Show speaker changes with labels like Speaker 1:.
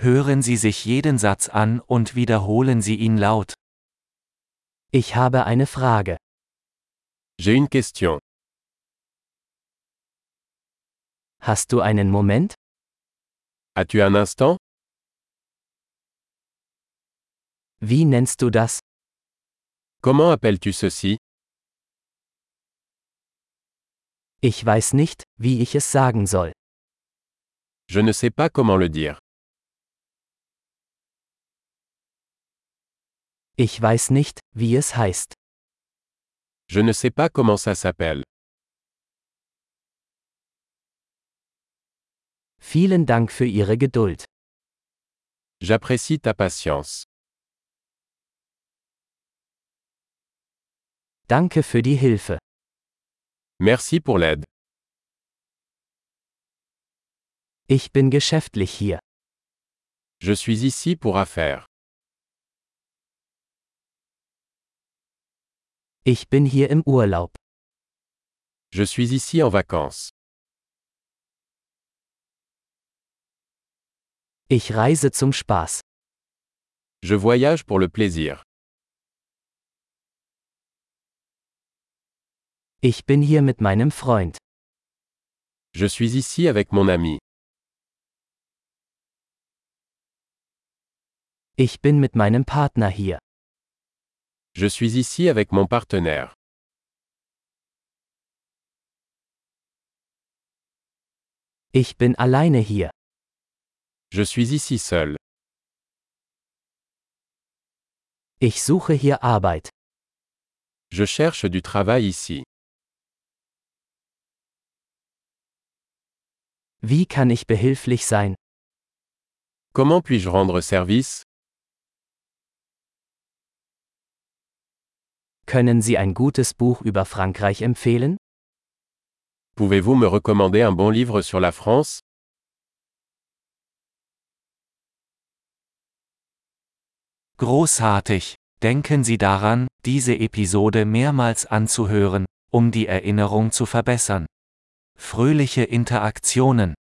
Speaker 1: Hören Sie sich jeden Satz an und wiederholen Sie ihn laut.
Speaker 2: Ich habe eine Frage.
Speaker 3: J'ai une question.
Speaker 2: Hast du einen Moment?
Speaker 3: As-tu un instant
Speaker 2: Wie nennst du das?
Speaker 3: Comment appelles-tu ceci
Speaker 2: Ich weiß nicht, wie ich es sagen soll.
Speaker 3: Je ne sais pas comment le dire.
Speaker 2: Ich weiß nicht, wie es heißt.
Speaker 3: Je ne sais pas comment ça s'appelle.
Speaker 2: Vielen Dank für Ihre Geduld.
Speaker 3: J'apprécie ta patience.
Speaker 2: Danke für die Hilfe.
Speaker 3: Merci pour l'aide.
Speaker 2: Ich bin geschäftlich hier.
Speaker 3: Je suis ici pour affaires.
Speaker 2: Ich bin hier im Urlaub.
Speaker 3: Je suis ici en vacances.
Speaker 2: Ich reise zum Spaß.
Speaker 3: Je voyage pour le plaisir.
Speaker 2: Ich bin hier mit meinem Freund.
Speaker 3: Je suis ici avec mon ami.
Speaker 2: Ich bin mit meinem Partner hier.
Speaker 3: Je suis ici avec mon partenaire.
Speaker 2: Ich bin alleine hier.
Speaker 3: Je suis ici seul.
Speaker 2: Ich suche hier Arbeit.
Speaker 3: Je cherche du travail ici.
Speaker 2: Wie kann ich behilflich sein?
Speaker 3: Comment puis-je rendre service
Speaker 2: Können Sie ein gutes Buch über Frankreich empfehlen?
Speaker 3: Pouvez-vous me recommander un bon livre sur la France
Speaker 1: Großartig! Denken Sie daran, diese Episode mehrmals anzuhören, um die Erinnerung zu verbessern. Fröhliche Interaktionen!